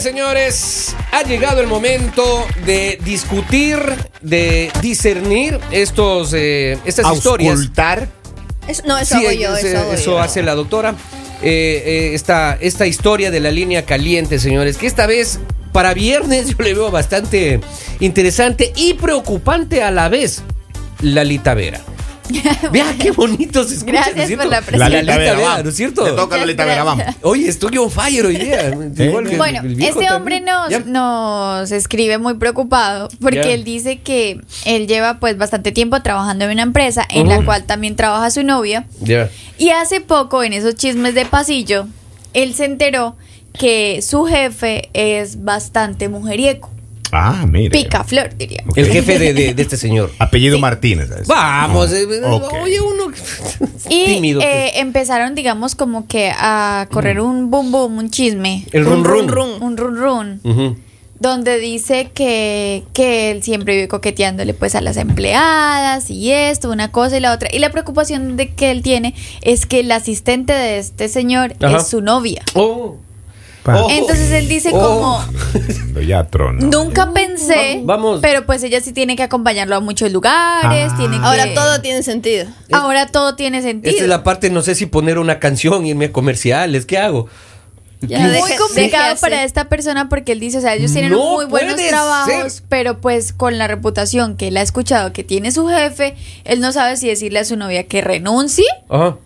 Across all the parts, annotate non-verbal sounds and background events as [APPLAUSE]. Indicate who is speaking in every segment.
Speaker 1: señores, ha llegado el momento de discutir, de discernir estos, eh, estas historias.
Speaker 2: Auscultar.
Speaker 3: Eso- no, eso
Speaker 1: Sí,
Speaker 3: hago yo,
Speaker 1: es,
Speaker 3: eso
Speaker 1: eh,
Speaker 3: hago
Speaker 1: eso
Speaker 3: yo.
Speaker 1: hace la doctora. Eh, eh, esta, esta historia de la línea caliente, señores, que esta vez para viernes [LAUGHS] yo le veo bastante interesante y preocupante a la vez. Lalita
Speaker 3: [LAUGHS]
Speaker 1: Vera. Vea qué bonito se escucha,
Speaker 3: Gracias
Speaker 1: ¿no es cierto?
Speaker 3: por la presentación.
Speaker 1: Lalita
Speaker 2: Lalita
Speaker 1: Vera,
Speaker 2: Vera, va.
Speaker 1: ¿no es
Speaker 2: Te
Speaker 1: cierto?
Speaker 2: toca, Lolita Vera, vamos.
Speaker 1: Oye, estoy on fire hoy día. Igual que
Speaker 3: Bueno,
Speaker 1: el viejo
Speaker 3: este hombre
Speaker 1: también.
Speaker 3: nos,
Speaker 1: Ya.
Speaker 3: nos escribe muy preocupado porque
Speaker 1: Ya.
Speaker 3: él dice que él lleva pues bastante tiempo trabajando en una empresa en
Speaker 1: Ujú.
Speaker 3: la cual también trabaja su novia
Speaker 1: Ya.
Speaker 3: y hace poco en esos chismes de pasillo él se enteró que su jefe es bastante mujeriego,
Speaker 2: Ah, mire.
Speaker 3: pica flor diría.
Speaker 1: El jefe de, de- de este
Speaker 2: [LAUGHS]
Speaker 1: señor.
Speaker 2: Apellido Martínez. ¿sabes?
Speaker 1: Vamos,
Speaker 2: Ah,
Speaker 1: eh, eh,
Speaker 2: ok.
Speaker 1: oye uno
Speaker 3: Y
Speaker 1: tímido. pues. que
Speaker 3: eh, empezaron digamos como que a correr un boom boom, un chisme,
Speaker 1: El run run.
Speaker 3: un run run.
Speaker 1: es. Ujú.
Speaker 3: donde dice que, que él siempre vive coqueteándole pues a las empleadas y esto, una cosa y la otra. Y la preocupación de que él tiene es que el asistente de este señor
Speaker 1: Ajá.
Speaker 3: es su novia.
Speaker 1: Oh.
Speaker 2: Pa-
Speaker 1: Oh.
Speaker 3: Entonces él dice
Speaker 1: Oh.
Speaker 3: como,
Speaker 1: [LAUGHS]
Speaker 2: Ya trono.
Speaker 4: Uh,
Speaker 3: nunca pensé,
Speaker 1: Vamos, vamos.
Speaker 3: pero pues ella sí tiene que acompañarlo a muchos lugares,
Speaker 2: Ah.
Speaker 3: tiene que- Eh,
Speaker 4: Ahora todo tiene sentido.
Speaker 3: ahora todo tiene sentido.
Speaker 1: Esta es la parte, no sé si poner una canción, irme a comerciales, ¿qué hago?
Speaker 4: Ya
Speaker 1: ¿Qué?
Speaker 3: Muy
Speaker 4: deje-
Speaker 3: complicado
Speaker 4: déjese.
Speaker 3: para esta persona porque él dice, o sea, ellos tienen
Speaker 1: No
Speaker 3: muy buenos
Speaker 1: puede
Speaker 3: trabajos,
Speaker 1: ser.
Speaker 3: pero pues con la reputación que él ha escuchado que tiene su jefe, él no sabe si decirle a su novia que renuncie
Speaker 1: Ajá.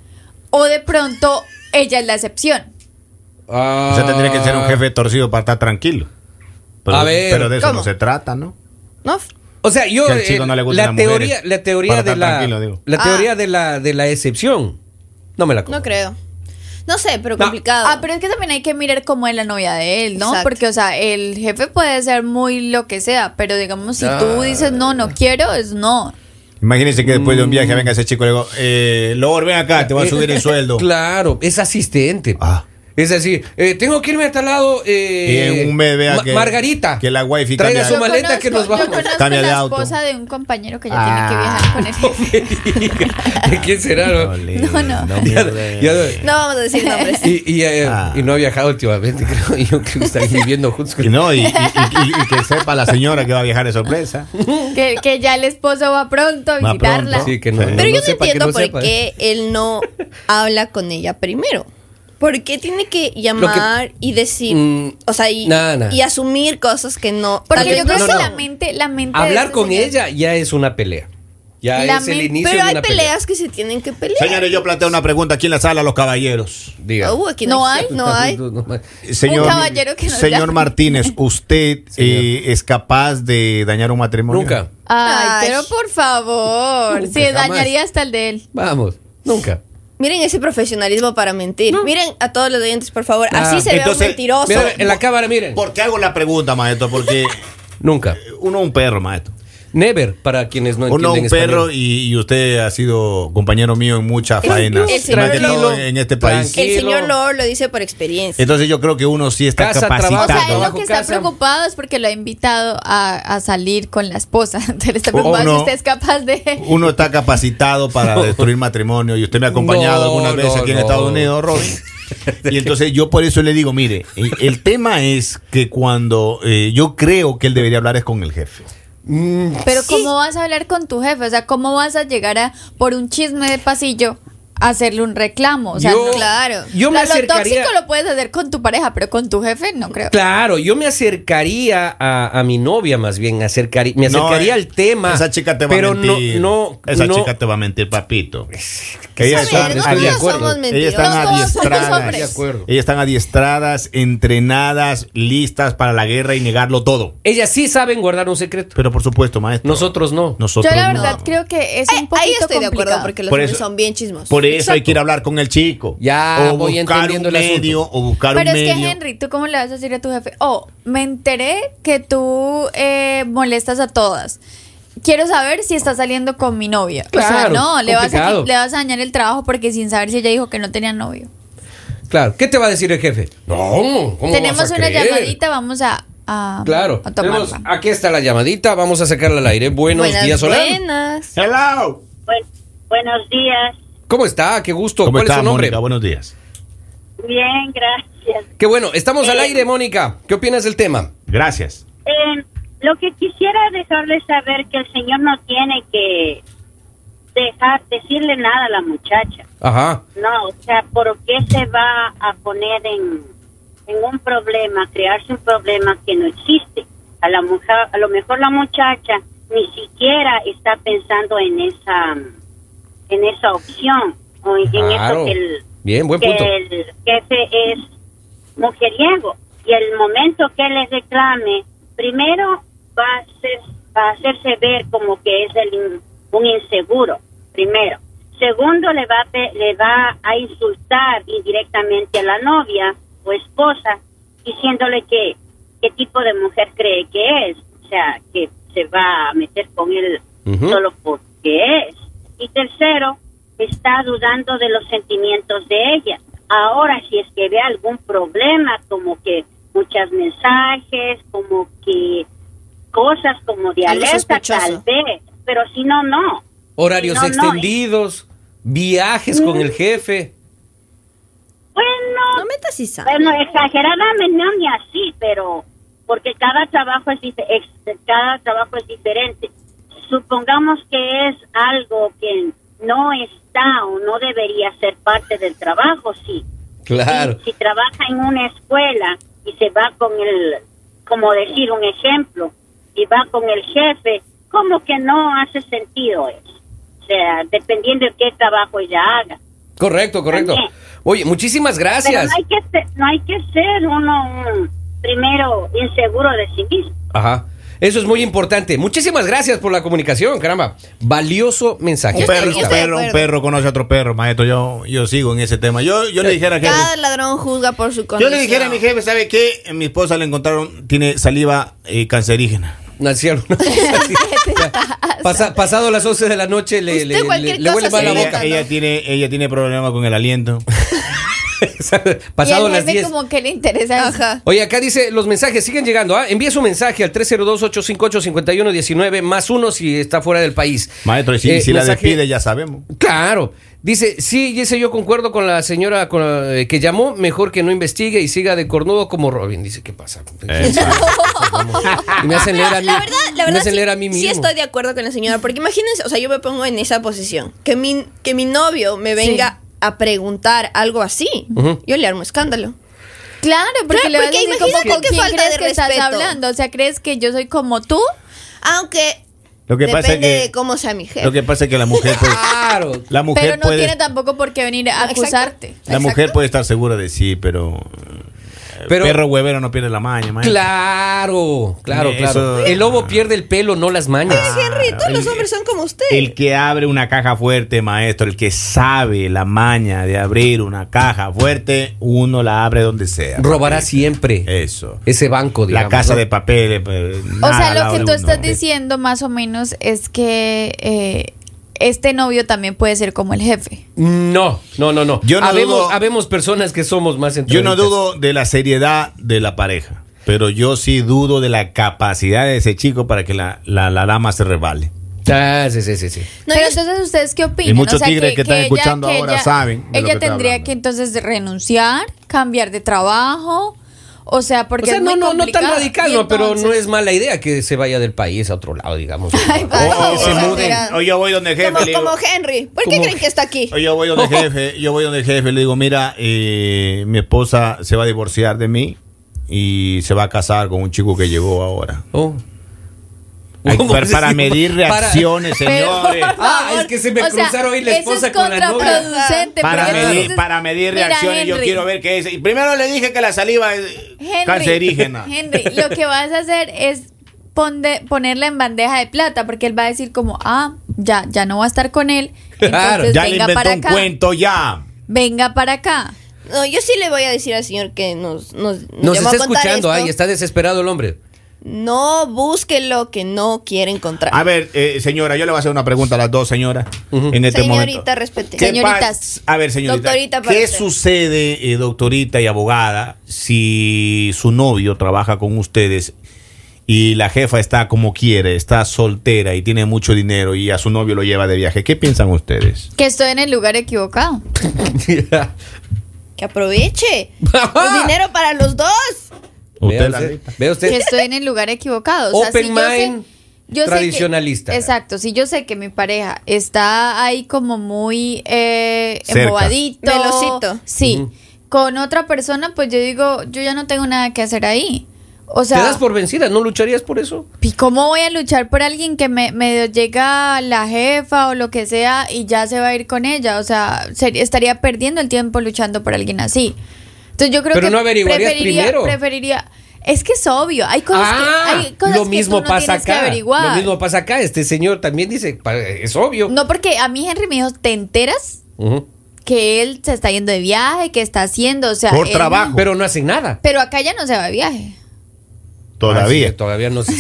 Speaker 3: o de pronto ella es la excepción.
Speaker 1: Ah.
Speaker 2: O sea, tendría que ser un jefe torcido para estar tranquilo. Pero,
Speaker 1: A ver.
Speaker 2: pero de eso
Speaker 4: ¿Cómo?
Speaker 2: no se trata, ¿no?
Speaker 4: ¿No?
Speaker 1: O sea, yo
Speaker 2: Que al chico
Speaker 1: eh,
Speaker 2: no le gusten
Speaker 1: la,
Speaker 2: las mujeres.
Speaker 1: teoría, la teoría
Speaker 2: Para
Speaker 1: de
Speaker 2: estar
Speaker 1: la
Speaker 2: tranquilo, digo.
Speaker 1: la
Speaker 4: Ah.
Speaker 1: teoría de la de la excepción. No me la como.
Speaker 4: No creo. No sé, pero
Speaker 1: No.
Speaker 4: complicado.
Speaker 3: Ah, pero es que también hay que mirar cómo es la novia de él, ¿no?
Speaker 4: Exacto.
Speaker 3: Porque, o sea, el jefe puede ser muy lo que sea, pero digamos, si tú dices no, no quiero, es no.
Speaker 2: Imagínense que después de un
Speaker 1: Mm.
Speaker 2: viaje venga ese chico y le digo, eh, Lord, ven acá,
Speaker 1: [LAUGHS]
Speaker 2: te voy a subir el sueldo.
Speaker 1: Claro, es asistente.
Speaker 2: Ah.
Speaker 1: Es así, eh, tengo que irme a tal lado. eh,
Speaker 2: Y en un mes vea que-
Speaker 1: Margarita.
Speaker 2: que la wifi
Speaker 1: Traiga
Speaker 2: cambia-
Speaker 1: su
Speaker 2: Yo
Speaker 1: maleta que nos
Speaker 3: conozco-
Speaker 1: vamos.
Speaker 3: Yo conozco
Speaker 2: Cambia de
Speaker 3: la
Speaker 2: auto.
Speaker 3: esposa de un compañero que ya
Speaker 2: Ah.
Speaker 3: tiene que viajar
Speaker 1: [LAUGHS]
Speaker 3: con el jefe.
Speaker 1: ¿De quién será? no?
Speaker 3: No, no.
Speaker 1: Ya- ya-
Speaker 4: No vamos a
Speaker 3: [LAUGHS]
Speaker 4: decir nombres.
Speaker 1: Y, y, eh,
Speaker 2: Ah.
Speaker 1: y no ha viajado últimamente, [LAUGHS] creo. Yo creo que están viviendo juntos.
Speaker 2: Y no, y, y- y- y- y que sepa la señora que va a viajar de
Speaker 3: [LAUGHS]
Speaker 2: sorpresa.
Speaker 3: que, que ya el esposo va pronto a
Speaker 2: Va
Speaker 3: visitarla.
Speaker 2: pronto.
Speaker 1: Sí, que no.
Speaker 2: Pero
Speaker 4: Pero
Speaker 1: no
Speaker 4: yo no
Speaker 1: sepa, que
Speaker 4: entiendo
Speaker 1: no
Speaker 4: por
Speaker 1: sepa. ¿eh?
Speaker 4: qué él no habla con ella primero. ¿Por qué tiene que llamar y decir,
Speaker 1: Mm,
Speaker 4: o sea, y,
Speaker 1: nah, nah.
Speaker 4: y asumir cosas que no... tal
Speaker 3: Porque
Speaker 4: vez
Speaker 3: yo
Speaker 4: no
Speaker 3: creo
Speaker 1: no,
Speaker 3: que
Speaker 1: no.
Speaker 3: la mente, la mente de
Speaker 1: Hablar
Speaker 3: este
Speaker 1: con
Speaker 3: señor-
Speaker 1: ella ya es una pelea. Ya
Speaker 3: La
Speaker 1: es el
Speaker 3: men-
Speaker 1: inicio
Speaker 4: Pero
Speaker 1: de
Speaker 4: hay
Speaker 1: una
Speaker 4: peleas
Speaker 1: pelea.
Speaker 4: que se tienen que pelear.
Speaker 2: Señores, yo planteo una pregunta aquí en la sala a los caballeros.
Speaker 1: Diga.
Speaker 4: Uh, aquí
Speaker 3: No
Speaker 4: no
Speaker 3: hay,
Speaker 4: hay, no hay.
Speaker 1: No, no, no.
Speaker 2: Señor,
Speaker 3: Un caballero que no
Speaker 2: señor
Speaker 3: sea- [LAUGHS]
Speaker 2: Martínez, ¿usted eh, es capaz de dañar un matrimonio?
Speaker 1: Nunca.
Speaker 3: Ay,
Speaker 4: Ay.
Speaker 3: pero por favor,
Speaker 1: Nunca,
Speaker 3: se
Speaker 1: jamás.
Speaker 3: dañaría hasta el de él.
Speaker 1: Vamos. Nunca.
Speaker 4: Miren ese profesionalismo para mentir. Miren a todos los oyentes, por favor.
Speaker 1: Ah.
Speaker 4: Así se ve
Speaker 2: Entonces,
Speaker 4: un mentiroso.
Speaker 1: Mira, en la cámara, miren.
Speaker 2: ¿Por qué hago la pregunta,
Speaker 1: [LAUGHS]
Speaker 2: maestro? Porque
Speaker 1: Nunca.
Speaker 2: uno es un perro, maestro.
Speaker 1: Never, para quienes no
Speaker 2: Uno es
Speaker 1: entienden
Speaker 2: un
Speaker 1: español.
Speaker 2: perro y, y usted ha sido compañero mío en muchas
Speaker 4: El-
Speaker 2: faenas,
Speaker 4: el
Speaker 2: más que
Speaker 4: señor
Speaker 2: todo
Speaker 1: Lolo.
Speaker 2: en este país.
Speaker 1: Tranquilo.
Speaker 4: El señor Lord lo dice por experiencia.
Speaker 2: Entonces yo creo que uno sí está
Speaker 1: Casa,
Speaker 2: capacitado.
Speaker 3: O sea, él lo
Speaker 1: trabajo,
Speaker 3: que está
Speaker 1: casa.
Speaker 3: preocupado es porque lo ha invitado a, a salir con la esposa. [LAUGHS] Entonces
Speaker 1: Oh,
Speaker 3: le está preocupado
Speaker 2: Uno-
Speaker 3: si usted es capaz de.
Speaker 2: Uno está capacitado para destruir matrimonio y usted me ha acompañado
Speaker 1: No,
Speaker 2: algunas veces
Speaker 1: no,
Speaker 2: aquí en
Speaker 1: no.
Speaker 2: Estados Unidos, Robin. Y entonces yo por eso le digo, mire, el, el tema es que cuando eh, yo creo que él debería hablar es con el jefe.
Speaker 1: Mm,
Speaker 3: Pero ¿cómo vas a hablar con tu jefe? O sea, ¿cómo vas a llegar a, por un chisme de pasillo, a hacerle un reclamo? O sea,
Speaker 1: Yo-
Speaker 3: no- claro.
Speaker 1: yo me
Speaker 3: O sea, lo
Speaker 1: acercaría-
Speaker 3: tóxico lo puedes hacer con tu pareja, pero con tu jefe no creo.
Speaker 1: Claro, yo me acercaría a, a mi novia más bien, acercaría, me
Speaker 2: No,
Speaker 1: acercaría
Speaker 2: eh,
Speaker 1: al tema.
Speaker 2: Esa chica te va
Speaker 1: pero
Speaker 2: a mentir.
Speaker 1: No, no,
Speaker 2: esa
Speaker 1: no-
Speaker 2: chica te va a mentir, papito.
Speaker 4: A
Speaker 2: Ella
Speaker 4: ver,
Speaker 2: está-
Speaker 4: no
Speaker 1: estoy de
Speaker 4: todos
Speaker 1: acuerdo.
Speaker 4: somos
Speaker 2: Ellas
Speaker 4: mentirosos. Eh,
Speaker 2: están
Speaker 3: No todos somos
Speaker 2: adiestradas.
Speaker 3: hombres.
Speaker 1: De acuerdo.
Speaker 2: Ellas están adiestradas, entrenadas, listas para la guerra y negarlo todo.
Speaker 1: Ellas sí saben guardar un secreto.
Speaker 2: Pero por supuesto, maestro.
Speaker 1: Nosotros no.
Speaker 2: Nosotros
Speaker 3: Yo la
Speaker 2: no.
Speaker 3: verdad creo que es
Speaker 4: Eh,
Speaker 3: un poquito
Speaker 4: ahí estoy de acuerdo
Speaker 3: complicado.
Speaker 4: porque los
Speaker 2: Por
Speaker 4: hombres
Speaker 2: eso-
Speaker 4: son bien chismosos.
Speaker 2: Por eso hay que ir a hablar con el chico.
Speaker 1: Ya
Speaker 2: o
Speaker 1: voy
Speaker 2: buscar
Speaker 1: entendiendo
Speaker 2: un
Speaker 1: el asunto.
Speaker 2: medio o buscar
Speaker 3: Pero
Speaker 2: un
Speaker 3: es
Speaker 2: medio.
Speaker 3: que Henry, ¿tú cómo le vas a decir a tu jefe? Oh, me enteré que tú eh, molestas a todas. Quiero saber si está saliendo con mi novia.
Speaker 1: Claro,
Speaker 3: o sea, no, le vas, a,
Speaker 1: complicado.
Speaker 3: le vas a dañar el trabajo porque sin saber si ella dijo que no tenía novio.
Speaker 1: Claro. ¿Qué te va a decir el jefe? No. ¿cómo
Speaker 3: Tenemos
Speaker 1: vas a
Speaker 3: una
Speaker 1: creer?
Speaker 3: llamadita, vamos a, a,
Speaker 1: Claro.
Speaker 3: a tomarla.
Speaker 1: tenemos- aquí está la llamadita. Vamos a sacarla al aire. Buenos
Speaker 4: buenas,
Speaker 1: días, Solán.
Speaker 4: buenas.
Speaker 2: Hello.
Speaker 5: Buen- buenos días.
Speaker 1: ¿Cómo está? Qué gusto.
Speaker 2: ¿Cómo
Speaker 1: ¿Cuál es
Speaker 2: está,
Speaker 1: su nombre?
Speaker 2: Mónica? Buenos días.
Speaker 5: Bien, gracias.
Speaker 1: Qué bueno, estamos al aire, Mónica. ¿Qué opinas del tema?
Speaker 2: Gracias.
Speaker 5: Eh, lo que quisiera dejarles saber que el señor no tiene que dejar decirle nada a la muchacha.
Speaker 1: Ajá.
Speaker 5: No, o sea, ¿por qué se va a poner en, en un problema, crearse un problema que no existe? A, la mujer, a lo mejor la muchacha ni siquiera está pensando en esa en esa opción o en
Speaker 1: Claro.
Speaker 5: eso que el,
Speaker 1: Bien, buen
Speaker 5: que
Speaker 1: punto.
Speaker 5: el jefe es mujeriego y el momento que le reclame, primero va a, hacer- va a hacerse ver como que es el in- un inseguro, primero. Segundo, le va, a pe- le va a insultar indirectamente a la novia o esposa, diciéndole que qué tipo de mujer cree que es, o sea, que se va a meter con él
Speaker 1: Ujú.
Speaker 5: solo porque es. Y tercero, está dudando de los sentimientos de ella. Ahora, si es que ve algún problema, como que muchos mensajes, como que cosas como de
Speaker 4: Algo
Speaker 5: alerta,
Speaker 4: sospechoso.
Speaker 5: tal vez, pero si no, no.
Speaker 1: Horarios
Speaker 5: No, eh. no,
Speaker 1: extendidos, viajes con el jefe.
Speaker 5: Bueno,
Speaker 4: No metas y sal.
Speaker 5: Bueno, exageradamente no ni así, pero porque cada trabajo es dife- ex- cada trabajo es diferente. Supongamos que es algo que no está o no debería ser parte del trabajo, sí.
Speaker 1: Claro.
Speaker 5: Si, si trabaja en una escuela y se va con el, como decir un ejemplo, y va con el jefe, como que no hace sentido eso. O sea, dependiendo de qué trabajo ella haga.
Speaker 1: Correcto, correcto.
Speaker 5: También.
Speaker 1: Oye, muchísimas
Speaker 5: Pero
Speaker 1: gracias.
Speaker 5: no hay que ser, no hay que ser uno un, primero inseguro de sí mismo.
Speaker 1: Ajá. Eso es muy importante. Muchísimas gracias por la comunicación, caramba. Valioso mensaje.
Speaker 2: Un
Speaker 4: Yo estoy-
Speaker 2: perro,
Speaker 1: Ahí
Speaker 4: yo
Speaker 2: un
Speaker 1: está.
Speaker 4: estoy de
Speaker 2: perro, un
Speaker 4: acuerdo.
Speaker 2: perro conoce a otro perro, maestro. Yo, yo sigo en ese tema. Yo, yo le dijera que.
Speaker 4: Cada ladrón juzga por su
Speaker 2: Yo
Speaker 4: condición.
Speaker 2: le dijera a mi jefe, ¿sabe qué? Mi esposa le encontraron, tiene saliva eh, cancerígena.
Speaker 1: No, es
Speaker 4: [LAUGHS]
Speaker 1: cierto, [LAUGHS] no, es así. Ya. Pasa- pasado las 11 de la noche le,
Speaker 4: Usted
Speaker 1: le, le,
Speaker 4: cualquier
Speaker 1: le huele
Speaker 4: cosa
Speaker 1: mal la
Speaker 2: Ella,
Speaker 4: se
Speaker 1: boca.
Speaker 4: inventa, ¿no?
Speaker 2: ella tiene, ella tiene problemas con el aliento.
Speaker 1: [LAUGHS] pasado
Speaker 3: y al
Speaker 1: las
Speaker 3: jefe
Speaker 1: 10.
Speaker 3: como que le interesa.
Speaker 4: Ajá.
Speaker 1: Oye, acá dice, los mensajes siguen llegando. ¿ah? Envía su mensaje al 302-858-5119, más uno si está fuera del país.
Speaker 2: [LAUGHS] Maestro, y si,
Speaker 1: Eh,
Speaker 2: si la
Speaker 1: mensaje-
Speaker 2: despide, ya sabemos.
Speaker 1: Claro. Dice, sí, dice, yo concuerdo con la señora con la- eh, que llamó, mejor que no investigue y siga de cornudo como Robin. Dice, ¿qué
Speaker 2: [LAUGHS]
Speaker 1: pasa?
Speaker 4: [LAUGHS]
Speaker 2: Eh.
Speaker 1: Y me hacen leer a mí,
Speaker 4: la verdad,
Speaker 1: me
Speaker 4: la verdad
Speaker 1: hacen
Speaker 4: sí,
Speaker 1: leer a mí
Speaker 4: sí
Speaker 1: mismo.
Speaker 4: estoy de acuerdo con la señora, porque imagínense, o sea, yo me pongo en esa posición, que mi que mi novio me venga a preguntar algo así,
Speaker 1: Ujú.
Speaker 4: yo le armo escándalo.
Speaker 3: Claro, porque
Speaker 4: Claro,
Speaker 3: le vas a
Speaker 4: porque
Speaker 3: decir como,
Speaker 4: imagínate
Speaker 3: ¿con
Speaker 4: qué
Speaker 3: quién
Speaker 4: falta
Speaker 3: crees
Speaker 4: de
Speaker 3: que estás
Speaker 4: respeto.
Speaker 3: hablando? O sea, ¿crees que yo soy como tú?
Speaker 4: Aunque
Speaker 2: Lo que
Speaker 4: depende
Speaker 2: pasa es
Speaker 4: de
Speaker 2: que,
Speaker 4: cómo sea mi jefe.
Speaker 2: lo que pasa es que la mujer pues,
Speaker 1: [LAUGHS]
Speaker 2: puede,
Speaker 1: Claro.
Speaker 2: la mujer
Speaker 3: pero no
Speaker 2: puede,
Speaker 3: tiene tampoco por qué venir a
Speaker 4: Exacto.
Speaker 3: acusarte.
Speaker 2: la mujer puede estar segura de sí, pero, eh,
Speaker 1: Pero-
Speaker 2: perro huevero no pierde la maña, maestro.
Speaker 1: Claro, claro,
Speaker 2: Eso- Ah,
Speaker 1: claro. El lobo pierde el pelo, no las mañas.
Speaker 4: Henry, todos los hombres son como usted.
Speaker 2: El que abre una caja fuerte, maestro, el que sabe la maña de abrir una caja fuerte, uno la abre donde sea.
Speaker 1: Robará siempre
Speaker 2: Eso.
Speaker 1: ese banco, digamos.
Speaker 2: Eh, la casa
Speaker 1: ¿no?
Speaker 2: de papel. eh,
Speaker 3: O
Speaker 2: nada
Speaker 3: sea,
Speaker 2: la
Speaker 3: lo que
Speaker 2: abre uno.
Speaker 3: tú estás diciendo más o menos es que eh, este novio también puede ser como el jefe.
Speaker 1: No, no, no, no.
Speaker 2: Yo no
Speaker 1: habemos,
Speaker 2: dudo-
Speaker 1: habemos personas que somos más
Speaker 2: Yo no
Speaker 1: entraditas.
Speaker 2: dudo de la seriedad de la pareja, pero yo sí dudo de la capacidad de ese chico para que la, la, la dama se resbale.
Speaker 1: Ah, sí, sí, sí, sí.
Speaker 4: No,
Speaker 3: Pero
Speaker 4: yo-
Speaker 3: entonces, ¿ustedes qué opinan?
Speaker 2: muchos tigres que están
Speaker 3: ella-
Speaker 2: escuchando ahora saben de lo que
Speaker 3: Ella
Speaker 2: estoy
Speaker 3: tendría
Speaker 2: hablando.
Speaker 3: que entonces renunciar, cambiar de trabajo. O sea,
Speaker 1: o
Speaker 3: porque
Speaker 1: sea,
Speaker 3: es
Speaker 1: no,
Speaker 3: muy
Speaker 1: no, no tan
Speaker 3: complicado.
Speaker 1: radical,
Speaker 3: Y
Speaker 1: no, pero no
Speaker 3: entonces-
Speaker 1: es mala idea que se vaya del país a otro lado, digamos.
Speaker 3: va. [LAUGHS] Ay,
Speaker 2: O- o se
Speaker 4: exagerado.
Speaker 2: muden, o yo voy donde el jefe.
Speaker 4: como,
Speaker 2: le digo-
Speaker 4: como Henry, ¿por qué
Speaker 1: Como-
Speaker 4: creen que está aquí?
Speaker 2: o yo voy donde el jefe, yo voy donde el jefe, le digo, mira, eh, mi esposa se va a divorciar de mí y se va a casar con un chico que llegó ahora.
Speaker 1: Oh. [LAUGHS]
Speaker 2: Ay,
Speaker 1: ¿Cómo
Speaker 2: para,
Speaker 1: se
Speaker 2: para
Speaker 1: llama?
Speaker 2: medir
Speaker 1: Para-
Speaker 2: reacciones,
Speaker 3: Pero,
Speaker 2: señores.
Speaker 3: por
Speaker 1: Ah,
Speaker 3: favor,
Speaker 1: es que se me
Speaker 3: o sea,
Speaker 1: cruzaron hoy la
Speaker 3: eso
Speaker 1: esposa
Speaker 3: es
Speaker 1: con la novia.
Speaker 3: contraproducente,
Speaker 2: Para
Speaker 3: porque
Speaker 2: medir,
Speaker 3: entonces-
Speaker 2: para medir
Speaker 3: Mira,
Speaker 2: reacciones, yo
Speaker 3: Henry,
Speaker 2: quiero ver qué es. Y primero le dije que la saliva es
Speaker 3: Henry,
Speaker 2: cancerígena.
Speaker 3: [LAUGHS] Henry, lo que vas a hacer es ponde- ponerla en bandeja de plata, porque él va a decir como, ah, ya, ya no va a estar
Speaker 2: [LAUGHS]
Speaker 3: con él. Entonces
Speaker 1: Claro,
Speaker 2: ya le
Speaker 3: venga
Speaker 2: inventó
Speaker 3: para
Speaker 2: un
Speaker 3: acá.
Speaker 2: cuento ya.
Speaker 3: Venga para acá.
Speaker 4: No, yo sí le voy a decir al señor que nos nos, nos
Speaker 1: Nos
Speaker 4: llamó
Speaker 1: está
Speaker 4: a contar
Speaker 1: escuchando,
Speaker 4: esto.
Speaker 1: ay, está desesperado el
Speaker 3: [LAUGHS]
Speaker 1: hombre. [LAUGHS]
Speaker 4: No busque lo que no quiere encontrar.
Speaker 2: A ver, eh, señora, yo le voy a hacer una pregunta a las dos señoras en este momento.
Speaker 4: Señorita, respete.
Speaker 2: ¿Qué
Speaker 3: Señoritas.
Speaker 2: pas- A ver, señorita.
Speaker 4: Doctorita,
Speaker 2: ¿Qué
Speaker 4: parece.
Speaker 2: sucede, eh, doctorita y abogada, si su novio trabaja con ustedes y la jefa está como quiere, está soltera y tiene mucho dinero y a su novio lo lleva de viaje? ¿Qué piensan ustedes?
Speaker 3: Que estoy en el lugar equivocado.
Speaker 1: [LAUGHS]
Speaker 4: Que aproveche. Un dinero para los dos.
Speaker 1: Vea
Speaker 2: Usted,
Speaker 1: usted,
Speaker 2: Lalita.
Speaker 1: vea
Speaker 3: que
Speaker 1: usted.
Speaker 3: estoy en el lugar equivocado. O sea,
Speaker 1: Open
Speaker 3: si yo sé-
Speaker 1: mind
Speaker 3: yo sé que-
Speaker 1: tradicionalista.
Speaker 3: exacto, si yo sé que mi pareja está ahí como muy eh,
Speaker 2: Cerca.
Speaker 3: embobadito.
Speaker 4: Velocito.
Speaker 3: Sí.
Speaker 1: Ujú.
Speaker 3: Con otra persona, pues yo digo, yo ya no tengo nada que hacer ahí. O sea,
Speaker 1: ¿Te das por vencida? ¿No lucharías por eso?
Speaker 3: ¿Y cómo voy a luchar por alguien que me medio llega la jefa o lo que sea y ya se va a ir con ella? O sea, ser- estaría perdiendo el tiempo luchando por alguien así. Entonces yo creo
Speaker 1: Pero
Speaker 3: que
Speaker 1: no averiguarías
Speaker 3: preferiría,
Speaker 1: primero.
Speaker 3: preferiría. Es que es obvio, hay cosas
Speaker 1: Ah,
Speaker 3: que hay cosas
Speaker 1: lo
Speaker 3: que
Speaker 1: mismo
Speaker 3: tú no
Speaker 1: pasa
Speaker 3: tienes que
Speaker 1: acá.
Speaker 3: averiguar.
Speaker 1: Lo mismo pasa acá. Este señor también dice, pa- es obvio.
Speaker 3: No porque a mí Henry me dijo, ¿te enteras
Speaker 1: Ujú.
Speaker 3: que él se está yendo de viaje, que está haciendo? O sea,
Speaker 2: Por
Speaker 3: él-
Speaker 2: trabajo.
Speaker 1: Pero no hacen nada.
Speaker 3: Pero acá ya no se va de viaje.
Speaker 1: Ah,
Speaker 2: Todavía.
Speaker 1: sí, todavía [LAUGHS] no sé.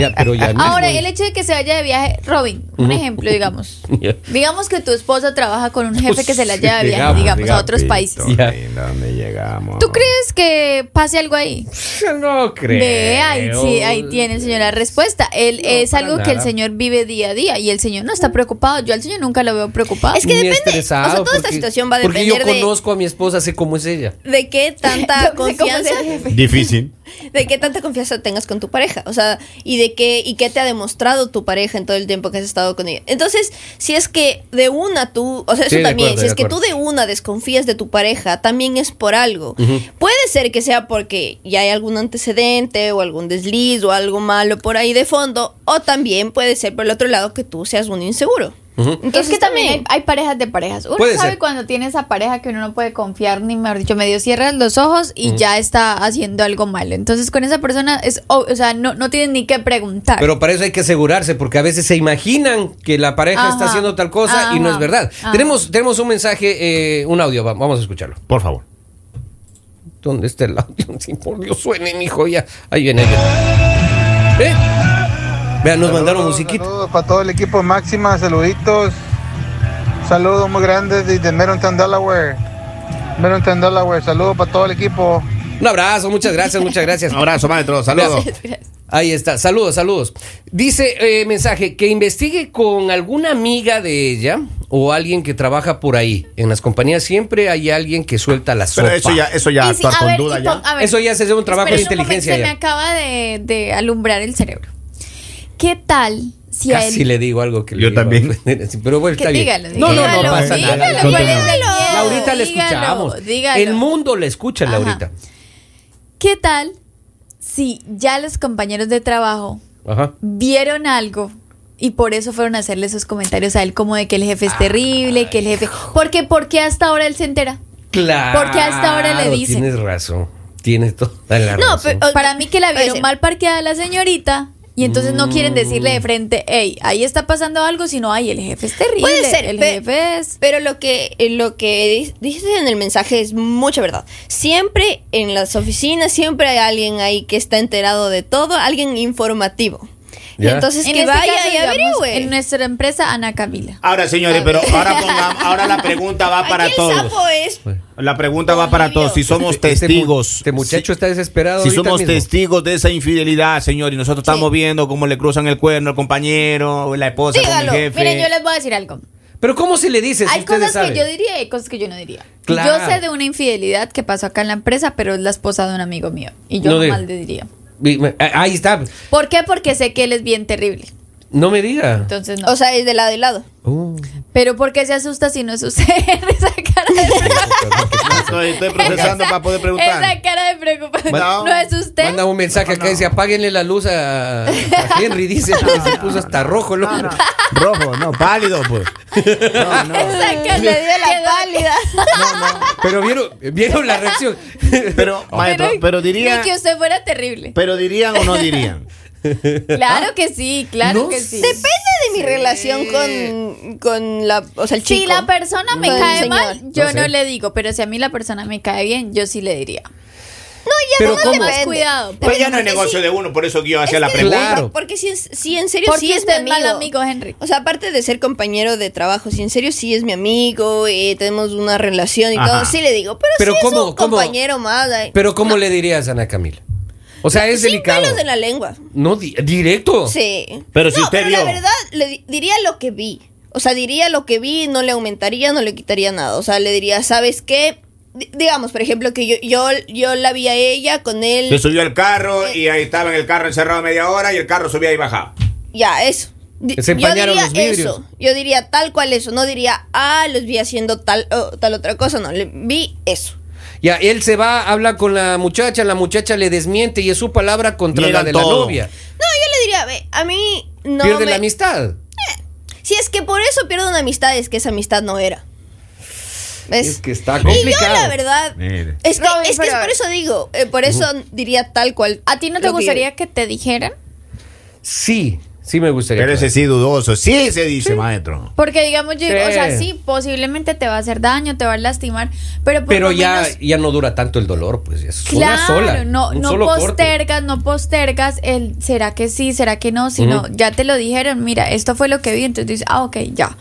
Speaker 1: Ya, pero ya mismo.
Speaker 3: Ahora, el hecho de que se vaya de viaje, Robin, un ejemplo, digamos.
Speaker 1: [LAUGHS] Ya.
Speaker 3: Digamos que tu esposa trabaja con un jefe que se la
Speaker 1: Sí,
Speaker 3: lleva de viaje,
Speaker 2: Ah,
Speaker 1: digamos,
Speaker 3: digamos, a otros países.
Speaker 1: Ya.
Speaker 2: ¿Dónde llegamos?
Speaker 3: ¿Tú crees que pase algo ahí?
Speaker 1: [LAUGHS] No creo.
Speaker 3: Ve, ahí, sí, ahí tiene el señor la respuesta. Él
Speaker 1: No,
Speaker 3: es
Speaker 1: para
Speaker 3: algo que el
Speaker 1: nada.
Speaker 3: señor vive día a día y el señor no está preocupado. Yo al señor nunca lo veo preocupado.
Speaker 4: Es que
Speaker 1: Ni
Speaker 4: depende.
Speaker 1: estresado,
Speaker 4: O sea, toda esta
Speaker 1: porque-
Speaker 4: situación va a
Speaker 1: Porque yo
Speaker 4: depender de-
Speaker 1: conozco a mi esposa, sé cómo es ella.
Speaker 4: ¿De qué
Speaker 2: [LAUGHS]
Speaker 4: tanta
Speaker 3: No sé cómo
Speaker 4: confianza?
Speaker 3: es el jefe.
Speaker 2: Difícil.
Speaker 4: de qué tanta confianza tengas con tu pareja, o sea, y de qué y qué te ha demostrado tu pareja en todo el tiempo que has estado con ella. Entonces, si es que de una tú, o sea,
Speaker 1: Sí,
Speaker 4: eso
Speaker 1: de
Speaker 4: también,
Speaker 1: acuerdo, de
Speaker 4: si es que tú
Speaker 1: acuerdo.
Speaker 4: de una desconfías de tu pareja, también es por algo. Puede ser que sea porque ya hay algún antecedente o algún desliz o algo malo por ahí de fondo, o también puede ser por el otro lado que tú seas un inseguro.
Speaker 3: es que también hay, hay parejas de parejas. Uno
Speaker 1: Puede
Speaker 3: sabe
Speaker 1: ser.
Speaker 3: cuando tiene esa pareja que uno no puede confiar, ni mejor dicho, medio cierras los ojos y ya está haciendo algo malo. Entonces con esa persona es, ob- o sea, no, no tienes ni que preguntar.
Speaker 1: Pero para eso hay que asegurarse, porque a veces se imaginan que la pareja
Speaker 3: Ajá.
Speaker 1: está haciendo tal cosa y no es
Speaker 3: Ajá.
Speaker 1: verdad.
Speaker 3: Ajá.
Speaker 1: Tenemos, tenemos un mensaje, eh, un audio, va- vamos a escucharlo.
Speaker 2: Por favor.
Speaker 1: ¿Dónde está el audio? [LAUGHS] Sí, por Dios, suene, mijo, ya. Ahí viene, ahí viene. ¿Eh? Vean, nos mandaron
Speaker 6: Saludos,
Speaker 1: musiquita.
Speaker 6: Saludos para todo el equipo Máxima, saluditos. Saludos muy grandes desde Merrington, Delaware. Merrington, Delaware, saludos para todo el equipo.
Speaker 1: Un abrazo, muchas gracias, muchas gracias.
Speaker 2: Un abrazo, maestro. Saludos.
Speaker 1: Ahí está, saludos, saludos. Dice eh, mensaje que investigue con alguna amiga de ella o alguien que trabaja por ahí. En las compañías siempre hay alguien que suelta la sopa.
Speaker 2: Pero eso ya, eso ya
Speaker 3: Y si-
Speaker 2: actuar
Speaker 3: a
Speaker 2: con
Speaker 3: ver,
Speaker 2: duda
Speaker 3: y
Speaker 2: ya.
Speaker 3: pon- a ver,
Speaker 1: Eso ya se lleva un trabajo de
Speaker 3: esperen un
Speaker 1: inteligencia
Speaker 3: momento, Se
Speaker 1: ya.
Speaker 3: me acaba de, de alumbrar el cerebro. ¿Qué tal si a
Speaker 1: Casi
Speaker 3: él...
Speaker 1: le digo algo que le
Speaker 2: Yo
Speaker 1: iba a
Speaker 2: también.
Speaker 1: ofender, sí, [LAUGHS] Pero bueno,
Speaker 3: Que
Speaker 1: está bien.
Speaker 3: dígalo,
Speaker 1: no, no, no
Speaker 3: dígalo,
Speaker 1: pasa nada.
Speaker 3: dígalo, ¿cuál es el miedo?
Speaker 1: Laurita le
Speaker 3: Dígalo,
Speaker 1: escuchamos.
Speaker 3: dígalo.
Speaker 1: El mundo le escucha,
Speaker 3: Ajá.
Speaker 1: Laurita.
Speaker 3: ¿Qué tal si ya los compañeros de trabajo
Speaker 1: Ajá.
Speaker 3: vieron algo y por eso fueron a hacerle esos comentarios a él como de que el jefe es terrible, que el jefe... Porque, porque hasta ahora él se entera.
Speaker 1: Claro.
Speaker 3: Porque hasta ahora le dicen.
Speaker 1: Tienes razón. Tienes toda la
Speaker 4: No,
Speaker 1: razón.
Speaker 4: pero-
Speaker 3: Para mí que la
Speaker 4: Puede
Speaker 3: vieron
Speaker 4: ser.
Speaker 3: mal parqueada la señorita y entonces no quieren decirle
Speaker 1: Mm.
Speaker 3: de frente, hey, ahí está pasando algo, sino, ay, el jefe es terrible.
Speaker 4: Puede ser,
Speaker 3: el
Speaker 4: pe-
Speaker 3: jefe es...
Speaker 4: Pero lo que, eh, lo que dices en el mensaje es mucha verdad. Siempre en las oficinas, siempre hay alguien ahí que está enterado de todo, alguien informativo. Y
Speaker 1: Ya.
Speaker 4: entonces
Speaker 3: En
Speaker 4: que
Speaker 3: este
Speaker 4: vaya
Speaker 3: caso,
Speaker 4: y
Speaker 3: digamos,
Speaker 4: averigüe.
Speaker 3: En nuestra empresa, Ana Camila.
Speaker 2: Ahora, señores, pero ahora, pongam- ahora la pregunta va
Speaker 4: Aquí
Speaker 2: para
Speaker 4: el
Speaker 2: todos.
Speaker 4: sapo es
Speaker 2: La pregunta va para todos. Si somos
Speaker 1: Este- este mu-
Speaker 2: testigos.
Speaker 1: Este muchacho está desesperado.
Speaker 2: Si
Speaker 1: ahorita
Speaker 2: somos
Speaker 1: mismo.
Speaker 2: testigos de esa infidelidad, señor, y nosotros estamos viendo cómo le cruzan el cuerno al compañero, la esposa, con el
Speaker 3: Dígalo.
Speaker 2: jefe.
Speaker 3: Miren, yo les voy a decir algo.
Speaker 1: Pero ¿cómo se le dice? Si
Speaker 3: Hay
Speaker 1: ustedes
Speaker 3: cosas
Speaker 1: saben.
Speaker 3: que yo diría y hay cosas que yo no diría.
Speaker 1: Claro.
Speaker 3: Yo sé de una infidelidad que pasó acá en la empresa, pero es la esposa de un amigo mío. Y yo
Speaker 1: No
Speaker 3: jamás
Speaker 1: diga.
Speaker 3: le diría.
Speaker 1: Y me- ah, Ahí está.
Speaker 3: ¿Por qué? Porque sé que él es bien terrible.
Speaker 1: No me diga.
Speaker 3: Entonces no.
Speaker 4: O sea, es de lado y
Speaker 3: [LAUGHS]
Speaker 4: lado.
Speaker 1: Uh.
Speaker 3: pero ¿por qué se asusta si no es usted? [LAUGHS] esa cara de
Speaker 2: estoy, estoy procesando
Speaker 3: Esa-
Speaker 2: para poder
Speaker 3: Esa
Speaker 2: preguntar.
Speaker 3: cara de preocupación.
Speaker 2: Manda-
Speaker 3: no es usted.
Speaker 1: Manda un mensaje acá y dice: apáguenle la luz a, a Henry. Dice: se puso hasta rojo el hombre.
Speaker 2: Rojo, no, pálido, pues. No, no.
Speaker 3: Esa cara le dio la pálida. [LAUGHS]
Speaker 1: Pero vieron, vieron la reacción.
Speaker 2: Pero, maestro, pero diría,
Speaker 3: Ni que usted fuera terrible.
Speaker 2: pero dirían o no dirían.
Speaker 3: Claro que sí, claro
Speaker 1: No
Speaker 3: que sí.
Speaker 1: sé.
Speaker 4: Depende de mi relación con, con la, o sea, el chico.
Speaker 3: Si la persona me
Speaker 4: Con el
Speaker 3: cae
Speaker 4: señor.
Speaker 3: mal, yo
Speaker 1: No
Speaker 3: no,
Speaker 1: sé.
Speaker 3: le digo, pero si a mí la persona me cae bien, yo sí le diría.
Speaker 1: Pero
Speaker 4: no
Speaker 1: ¿cómo?
Speaker 4: le
Speaker 3: Más
Speaker 4: Depende.
Speaker 3: cuidado.
Speaker 2: Pero
Speaker 3: porque-
Speaker 2: ya no es negocio de uno, por eso que yo hacía la
Speaker 4: que-
Speaker 2: pregunta.
Speaker 1: Claro.
Speaker 4: Porque si, es- si en serio
Speaker 3: Porque
Speaker 4: sí es mi
Speaker 3: usted es
Speaker 4: amigo.
Speaker 3: mal amigo, Henry.
Speaker 4: O sea, aparte de ser compañero de trabajo, si en serio sí es mi amigo, eh, tenemos una relación y
Speaker 2: Ajá.
Speaker 4: todo, sí le digo, pero,
Speaker 1: Pero
Speaker 4: sí
Speaker 1: ¿cómo-
Speaker 4: es un
Speaker 1: cómo?
Speaker 4: compañero más. ay.
Speaker 1: Pero ¿cómo le dirías a Ana Camila? O sea, es
Speaker 4: Sin
Speaker 1: delicado. Oh.
Speaker 4: pelos en la lengua.
Speaker 1: No, di- directo.
Speaker 4: Sí.
Speaker 2: Pero si
Speaker 4: No,
Speaker 2: usted
Speaker 4: la
Speaker 2: vio.
Speaker 4: verdad, le di- diría lo que vi. O sea, diría lo que vi, no le aumentaría, no le quitaría nada. O sea, le diría, ¿sabes qué? di- digamos, por ejemplo, que yo, yo, yo la vi a ella con él.
Speaker 2: Se subió al carro y ahí estaba en el carro encerrado media hora y el carro subía y bajaba.
Speaker 4: Ya, eso. Di-
Speaker 1: Se
Speaker 4: yo
Speaker 1: empañaron
Speaker 4: diría
Speaker 1: los vidrios.
Speaker 4: eso. Yo diría tal cual eso. No diría, ah, los vi haciendo tal, o tal otra cosa. No, le vi eso.
Speaker 1: Ya, él se va, habla con la muchacha, la muchacha le desmiente y es su palabra contra
Speaker 2: Niegan
Speaker 1: la de la
Speaker 2: todo.
Speaker 1: novia.
Speaker 4: No, yo le diría, ve, a mí no.
Speaker 1: Pierde
Speaker 4: me-
Speaker 1: la amistad.
Speaker 4: Si es que por eso pierdo una amistad, es que esa amistad no era. ¿Ves?
Speaker 1: Es que está
Speaker 4: Y yo,
Speaker 1: complicado.
Speaker 4: la verdad.
Speaker 2: Mire.
Speaker 4: Es que,
Speaker 3: No,
Speaker 4: es, que
Speaker 3: pero-
Speaker 4: es por eso digo, eh, por eso diría tal cual.
Speaker 3: ¿A ti no te
Speaker 4: Lo que-
Speaker 3: gustaría que te dijeran?
Speaker 1: Sí, sí me gustaría.
Speaker 2: Pero ese sí dudoso. Sí se dice, maestro.
Speaker 3: Porque digamos, yo,
Speaker 1: Sí.
Speaker 3: o sea, sí, posiblemente te va a hacer daño, te va a lastimar, pero por
Speaker 1: Pero
Speaker 3: lo
Speaker 1: ya,
Speaker 3: menos-
Speaker 1: ya no dura tanto el dolor, pues ya es una
Speaker 3: Claro,
Speaker 1: sola.
Speaker 3: no,
Speaker 1: un
Speaker 3: no
Speaker 1: solo corte.
Speaker 3: postergas, no postergas el será que sí, será que no, sino
Speaker 1: Ujú.
Speaker 3: ya te lo dijeron, mira, esto fue lo que vi, entonces dices, ah, ok, ya.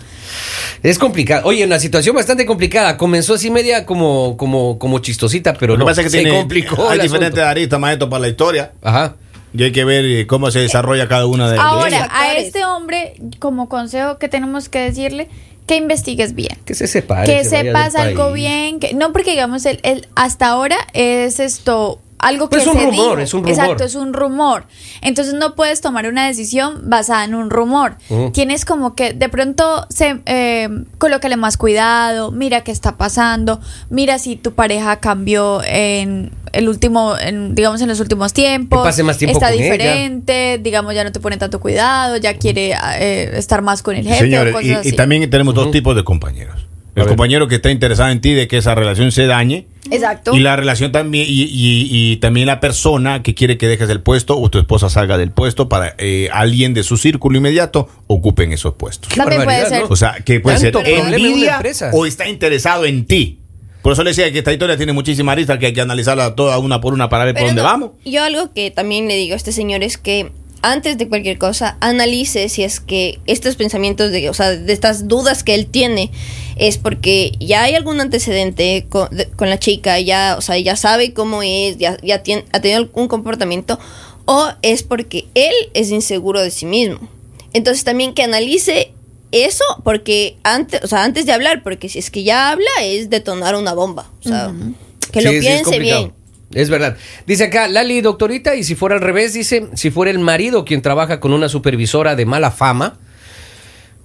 Speaker 1: Es complicado. Oye, una situación bastante complicada. Comenzó así media como, como, como chistosita, pero
Speaker 2: Lo
Speaker 1: no.
Speaker 2: que pasa es que
Speaker 1: se
Speaker 2: tiene-
Speaker 1: complicó.
Speaker 2: hay
Speaker 1: el asunto.
Speaker 2: diferentes aristas, maestro, para la historia.
Speaker 1: Ajá.
Speaker 2: Y hay que ver eh, cómo se desarrolla cada una de de ellas.
Speaker 3: Ahora, a
Speaker 4: factores.
Speaker 3: este hombre, como consejo que tenemos que decirle, que investigues bien.
Speaker 1: Que se separe.
Speaker 3: que
Speaker 1: vaya del
Speaker 3: sepas algo
Speaker 1: país.
Speaker 3: bien, que no porque digamos el, el- hasta ahora es esto algo que
Speaker 1: Pues es un
Speaker 3: se
Speaker 1: rumor,
Speaker 3: dijo.
Speaker 1: es un rumor.
Speaker 3: Exacto, es un rumor. Entonces no puedes tomar una decisión basada en un rumor.
Speaker 1: Ujú.
Speaker 3: Tienes como que de pronto se eh, colócale más cuidado, mira qué está pasando, mira si tu pareja cambió en el último, en, digamos en los últimos tiempos,
Speaker 1: Que pase más tiempo
Speaker 3: está
Speaker 1: con ella.
Speaker 3: diferente, digamos ya no te pone tanto cuidado, ya quiere eh, estar más con el jefe. o
Speaker 2: Señores,
Speaker 3: cosas
Speaker 2: y, y
Speaker 3: así.
Speaker 2: también tenemos dos tipos de compañeros. El
Speaker 1: ver.
Speaker 2: compañero que está interesado en ti de que esa relación se dañe.
Speaker 3: Exacto.
Speaker 2: Y la relación también, y, y- y también la persona que quiere que dejes el puesto o tu esposa salga del puesto para eh, alguien de su círculo inmediato ocupen esos puestos.
Speaker 1: Qué
Speaker 3: También puede
Speaker 1: barbaridad,
Speaker 3: ser.
Speaker 1: ¿no?
Speaker 2: O sea, que puede
Speaker 1: Tanto
Speaker 2: ser
Speaker 1: problema en una
Speaker 2: envidia
Speaker 1: empresa.
Speaker 2: o está interesado en ti. Por eso le decía que esta historia tiene muchísimas aristas que hay que analizarla toda una por una para ver
Speaker 4: Pero
Speaker 2: por dónde
Speaker 4: no,
Speaker 2: vamos.
Speaker 4: Yo algo que también le digo a este señor es que antes de cualquier cosa, analice si es que estos pensamientos, de, o sea, de estas dudas que él tiene, es porque ya hay algún antecedente con, de- con la chica, ya, o sea, ya sabe cómo es, ya, ya tien- ha tenido algún comportamiento, o es porque él es inseguro de sí mismo. Entonces también que analice eso, porque antes, o sea, antes de hablar, porque si es que ya habla, es detonar una bomba. O sea, que lo
Speaker 1: Sí, sí, es
Speaker 4: piense
Speaker 1: complicado.
Speaker 4: bien.
Speaker 1: Es verdad. Dice acá, Lali, doctorita, y si fuera al revés, dice, si fuera el marido quien trabaja con una supervisora de mala fama,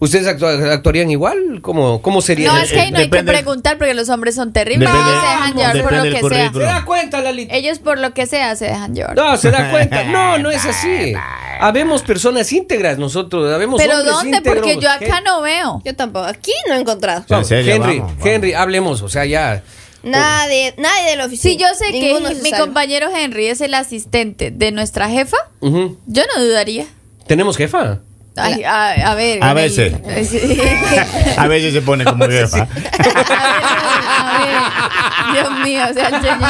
Speaker 1: ¿ustedes actua- actuarían igual? ¿Cómo, cómo sería?
Speaker 3: No,
Speaker 2: Eh,
Speaker 3: es que ahí no hay que
Speaker 2: depende-
Speaker 3: preguntar porque los hombres son terribles.
Speaker 2: Depende-
Speaker 3: se dejan llevar por
Speaker 2: depende del
Speaker 3: lo que sea.
Speaker 1: ¿Se da cuenta, Lali?
Speaker 3: Ellos por lo que sea se dejan llevar.
Speaker 1: No, se da
Speaker 3: [LAUGHS]
Speaker 1: cuenta. No, no es así. Habemos personas íntegras nosotros. Habemos
Speaker 3: Pero
Speaker 1: hombres
Speaker 3: ¿dónde?
Speaker 1: íntegros.
Speaker 3: Porque yo acá
Speaker 1: Gen-
Speaker 3: no veo.
Speaker 4: Yo tampoco. Aquí no he encontrado.
Speaker 2: En serio,
Speaker 1: Henry,
Speaker 2: vamos, vamos.
Speaker 1: Henry, hablemos. O sea, ya.
Speaker 4: Nadie, nadie de la oficina.
Speaker 3: Si yo sé que
Speaker 4: Ninguno se
Speaker 3: mi
Speaker 4: salva.
Speaker 3: compañero Henry es el asistente de nuestra jefa,
Speaker 1: Ujú.
Speaker 3: yo no dudaría.
Speaker 1: ¿Tenemos
Speaker 3: [LAUGHS]
Speaker 1: jefa?
Speaker 3: Ay, [LAUGHS] a, a ver.
Speaker 2: A
Speaker 3: en el-
Speaker 2: veces.
Speaker 3: Sí.
Speaker 2: A veces se pone [LAUGHS] como jefa.
Speaker 3: A ver, a ver. Dios mío, o sea, el señor-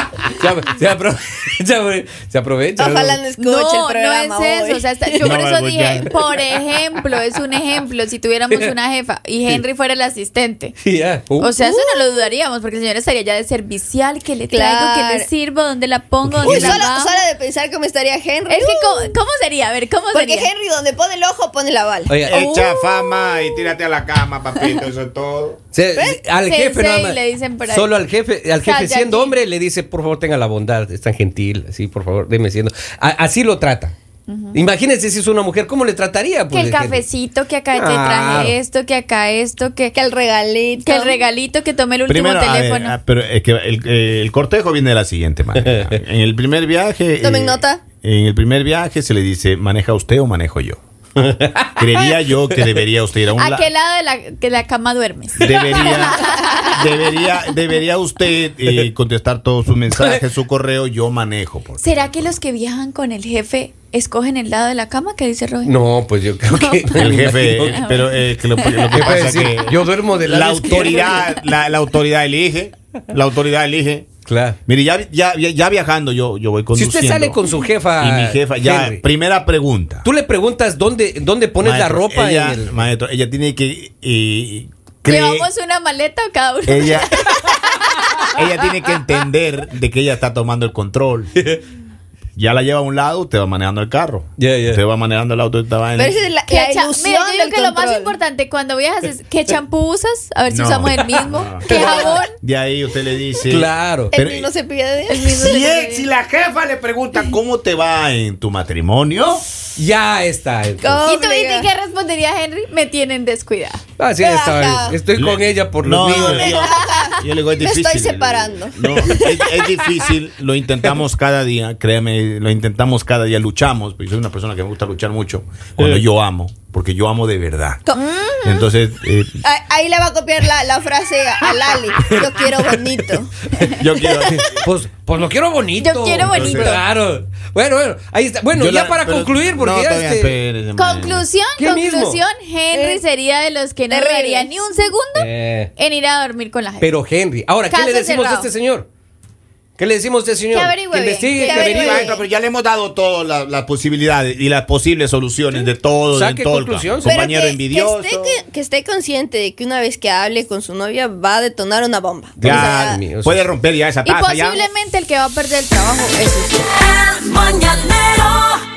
Speaker 1: Se, apro- se apro- [LAUGHS] se apro- se aprovecha. ¿no?
Speaker 4: Ojalá no escuche el programa.
Speaker 3: No es eso.
Speaker 4: hoy.
Speaker 3: O sea, está- yo
Speaker 2: No pues
Speaker 3: por
Speaker 2: va a
Speaker 3: eso dije,
Speaker 2: escuchar.
Speaker 3: por ejemplo, es un ejemplo. Si tuviéramos
Speaker 2: [LAUGHS]
Speaker 3: una jefa y Henry fuera el asistente.
Speaker 1: Sí, ya. Uh.
Speaker 3: O sea, eso no lo dudaríamos, porque el señor estaría ya de servicial, que le traigo, que
Speaker 4: Claro.
Speaker 3: le sirvo, dónde la pongo, dónde
Speaker 4: Uy,
Speaker 3: la
Speaker 4: solo,
Speaker 3: bajo.
Speaker 4: solo de pensar cómo estaría Henry.
Speaker 3: Es que, ¿cómo,
Speaker 4: Uh,
Speaker 3: cómo sería? A ver, ¿cómo
Speaker 4: porque
Speaker 3: sería?
Speaker 4: Henry, donde pone el ojo, pone la bala.
Speaker 1: Oye,
Speaker 3: Eh, Oh.
Speaker 2: Echa fama y tírate a la cama, papito, eso es todo.
Speaker 1: Se- al
Speaker 3: Sensei,
Speaker 1: jefe nada más.
Speaker 3: le dicen por ahí.
Speaker 1: Solo al jefe, al jefe
Speaker 3: Saiyajin.
Speaker 1: siendo hombre le dice, por favor, tenga la bondad, es tan gentil, así, por favor, deme siendo. A- así lo trata. Imagínense si es una mujer, ¿cómo le trataría?
Speaker 3: Que
Speaker 1: Pues,
Speaker 3: el
Speaker 1: gente?
Speaker 3: cafecito, que acá te
Speaker 1: Claro.
Speaker 3: traje esto, que acá esto, que,
Speaker 4: Que el regalito.
Speaker 3: que el regalito, que tome el último
Speaker 2: Primero, a ver,
Speaker 3: teléfono.
Speaker 2: ah, pero es que el, eh, el cortejo viene de la siguiente [LAUGHS] manera. En el primer viaje. eh,
Speaker 4: Tomen nota.
Speaker 2: En el primer viaje se le dice: ¿maneja usted o manejo yo? Creería yo que debería usted ir a un
Speaker 3: ¿A
Speaker 2: la-
Speaker 3: qué lado de la, de la cama duermes? [LAUGHS]
Speaker 2: Debería, debería, debería usted eh, contestar todos sus mensajes, su correo, yo manejo. por favor.
Speaker 3: ¿Será que los que viajan con el jefe escogen el lado de la cama que dice Roger?
Speaker 1: No, pues yo creo
Speaker 3: [LAUGHS]
Speaker 1: que. [LAUGHS]
Speaker 2: El
Speaker 1: me
Speaker 2: jefe,
Speaker 1: imagino
Speaker 2: eh, pero eh, que lo, lo que
Speaker 1: que va a
Speaker 2: pasa es
Speaker 1: decir,
Speaker 2: que
Speaker 1: yo duermo de
Speaker 2: la
Speaker 1: lado izquierdo".
Speaker 2: autoridad, la, la autoridad elige, la autoridad elige.
Speaker 1: Claro.
Speaker 2: Mire, ya, ya, ya- ya viajando, yo, yo voy
Speaker 1: Si
Speaker 2: conduciendo.
Speaker 1: usted sale con su jefa,
Speaker 2: Y mi jefa, ya,
Speaker 1: Henry,
Speaker 2: primera pregunta.
Speaker 1: tú le preguntas dónde, dónde pones la
Speaker 2: Maestro,
Speaker 1: ropa
Speaker 2: ella,
Speaker 1: en el-
Speaker 2: Maestro, ella tiene que. eh, cree- Eh,
Speaker 3: ¿Llevamos una maleta o cada uno?
Speaker 4: [LAUGHS]
Speaker 2: ella, ella tiene que entender de que ella está tomando el control. ya la lleva a un lado, usted va manejando el carro.
Speaker 1: Ya, ya.
Speaker 2: Usted va manejando el auto y esta vaina.
Speaker 4: Pero esa es
Speaker 3: [LAUGHS]
Speaker 4: la,
Speaker 3: ¿Qué
Speaker 4: la
Speaker 3: cha-
Speaker 4: ilusión
Speaker 3: Mira, yo
Speaker 4: del
Speaker 3: creo que lo más
Speaker 4: control.
Speaker 3: importante cuando viajas es qué champú usas, a ver si
Speaker 2: Eh, No.
Speaker 3: usamos el
Speaker 2: [LAUGHS]
Speaker 3: mismo,
Speaker 2: No.
Speaker 3: qué jabón.
Speaker 2: De ahí usted le dice.
Speaker 1: Claro.
Speaker 4: El
Speaker 2: Pero-
Speaker 4: mismo cepillo de dientes.
Speaker 2: Si, es- si la jefa le pregunta cómo te va en tu matrimonio,
Speaker 1: Ya está. entonces.
Speaker 4: Oh,
Speaker 3: ¿Y tú viste
Speaker 4: mega.
Speaker 3: qué respondería Henry? Me tienen descuidada.
Speaker 1: Así está.
Speaker 4: Ajá.
Speaker 1: Estoy con
Speaker 2: le-
Speaker 1: ella por
Speaker 2: No,
Speaker 1: los niños.
Speaker 2: Yo, yo le digo, es
Speaker 4: [LAUGHS] Me
Speaker 2: difícil.
Speaker 4: estoy separando.
Speaker 2: No, es, es difícil, lo intentamos cada día, créeme, lo intentamos cada día, luchamos, porque soy una persona que me gusta luchar mucho cuando yo amo, porque yo amo de verdad.
Speaker 4: Co-
Speaker 2: Entonces, eh, [LAUGHS]
Speaker 4: Ahí, ahí le va a copiar la, la frase
Speaker 3: [LAUGHS]
Speaker 4: a Lali. Yo quiero bonito.
Speaker 2: yo quiero...
Speaker 1: Pues, pues lo quiero bonito.
Speaker 3: Yo quiero bonito.
Speaker 1: Claro. Bueno, bueno, ahí está. Bueno,
Speaker 2: yo
Speaker 1: ya
Speaker 2: la-
Speaker 1: para
Speaker 2: pero-
Speaker 1: concluir, porque
Speaker 2: no,
Speaker 1: ya
Speaker 2: todavía,
Speaker 1: este-
Speaker 2: espérese, man.
Speaker 3: Conclusión,
Speaker 1: ¿Qué mismo?
Speaker 3: conclusión, Henry sería de los que no
Speaker 4: Eh, Terrible.
Speaker 3: daría ni un segundo
Speaker 1: Eh,
Speaker 3: en ir a dormir con la gente.
Speaker 1: pero Henry, ahora, ¿qué
Speaker 3: Caso
Speaker 1: le decimos a
Speaker 3: cerrado.
Speaker 1: este señor? ¿Qué le decimos a este señor?
Speaker 3: Que averigüe bien,
Speaker 1: investigue,
Speaker 3: que
Speaker 1: que
Speaker 3: averigüe
Speaker 1: averigüe.
Speaker 2: Maestro, pero ya le hemos dado todas la- las posibilidades y las posibles soluciones de todo, de
Speaker 1: Saque
Speaker 2: todo el
Speaker 1: conclusión,
Speaker 2: campo. compañero
Speaker 4: que- que
Speaker 2: envidioso.
Speaker 4: esté- Que que esté consciente de que una vez que hable con su novia va a detonar una bomba. O
Speaker 2: Ya,
Speaker 4: sea,
Speaker 1: mío,
Speaker 2: puede
Speaker 1: sí.
Speaker 2: romper ya esa
Speaker 3: y
Speaker 2: taza. ya.
Speaker 3: posiblemente el que va a perder el trabajo es usted.
Speaker 7: El mañanero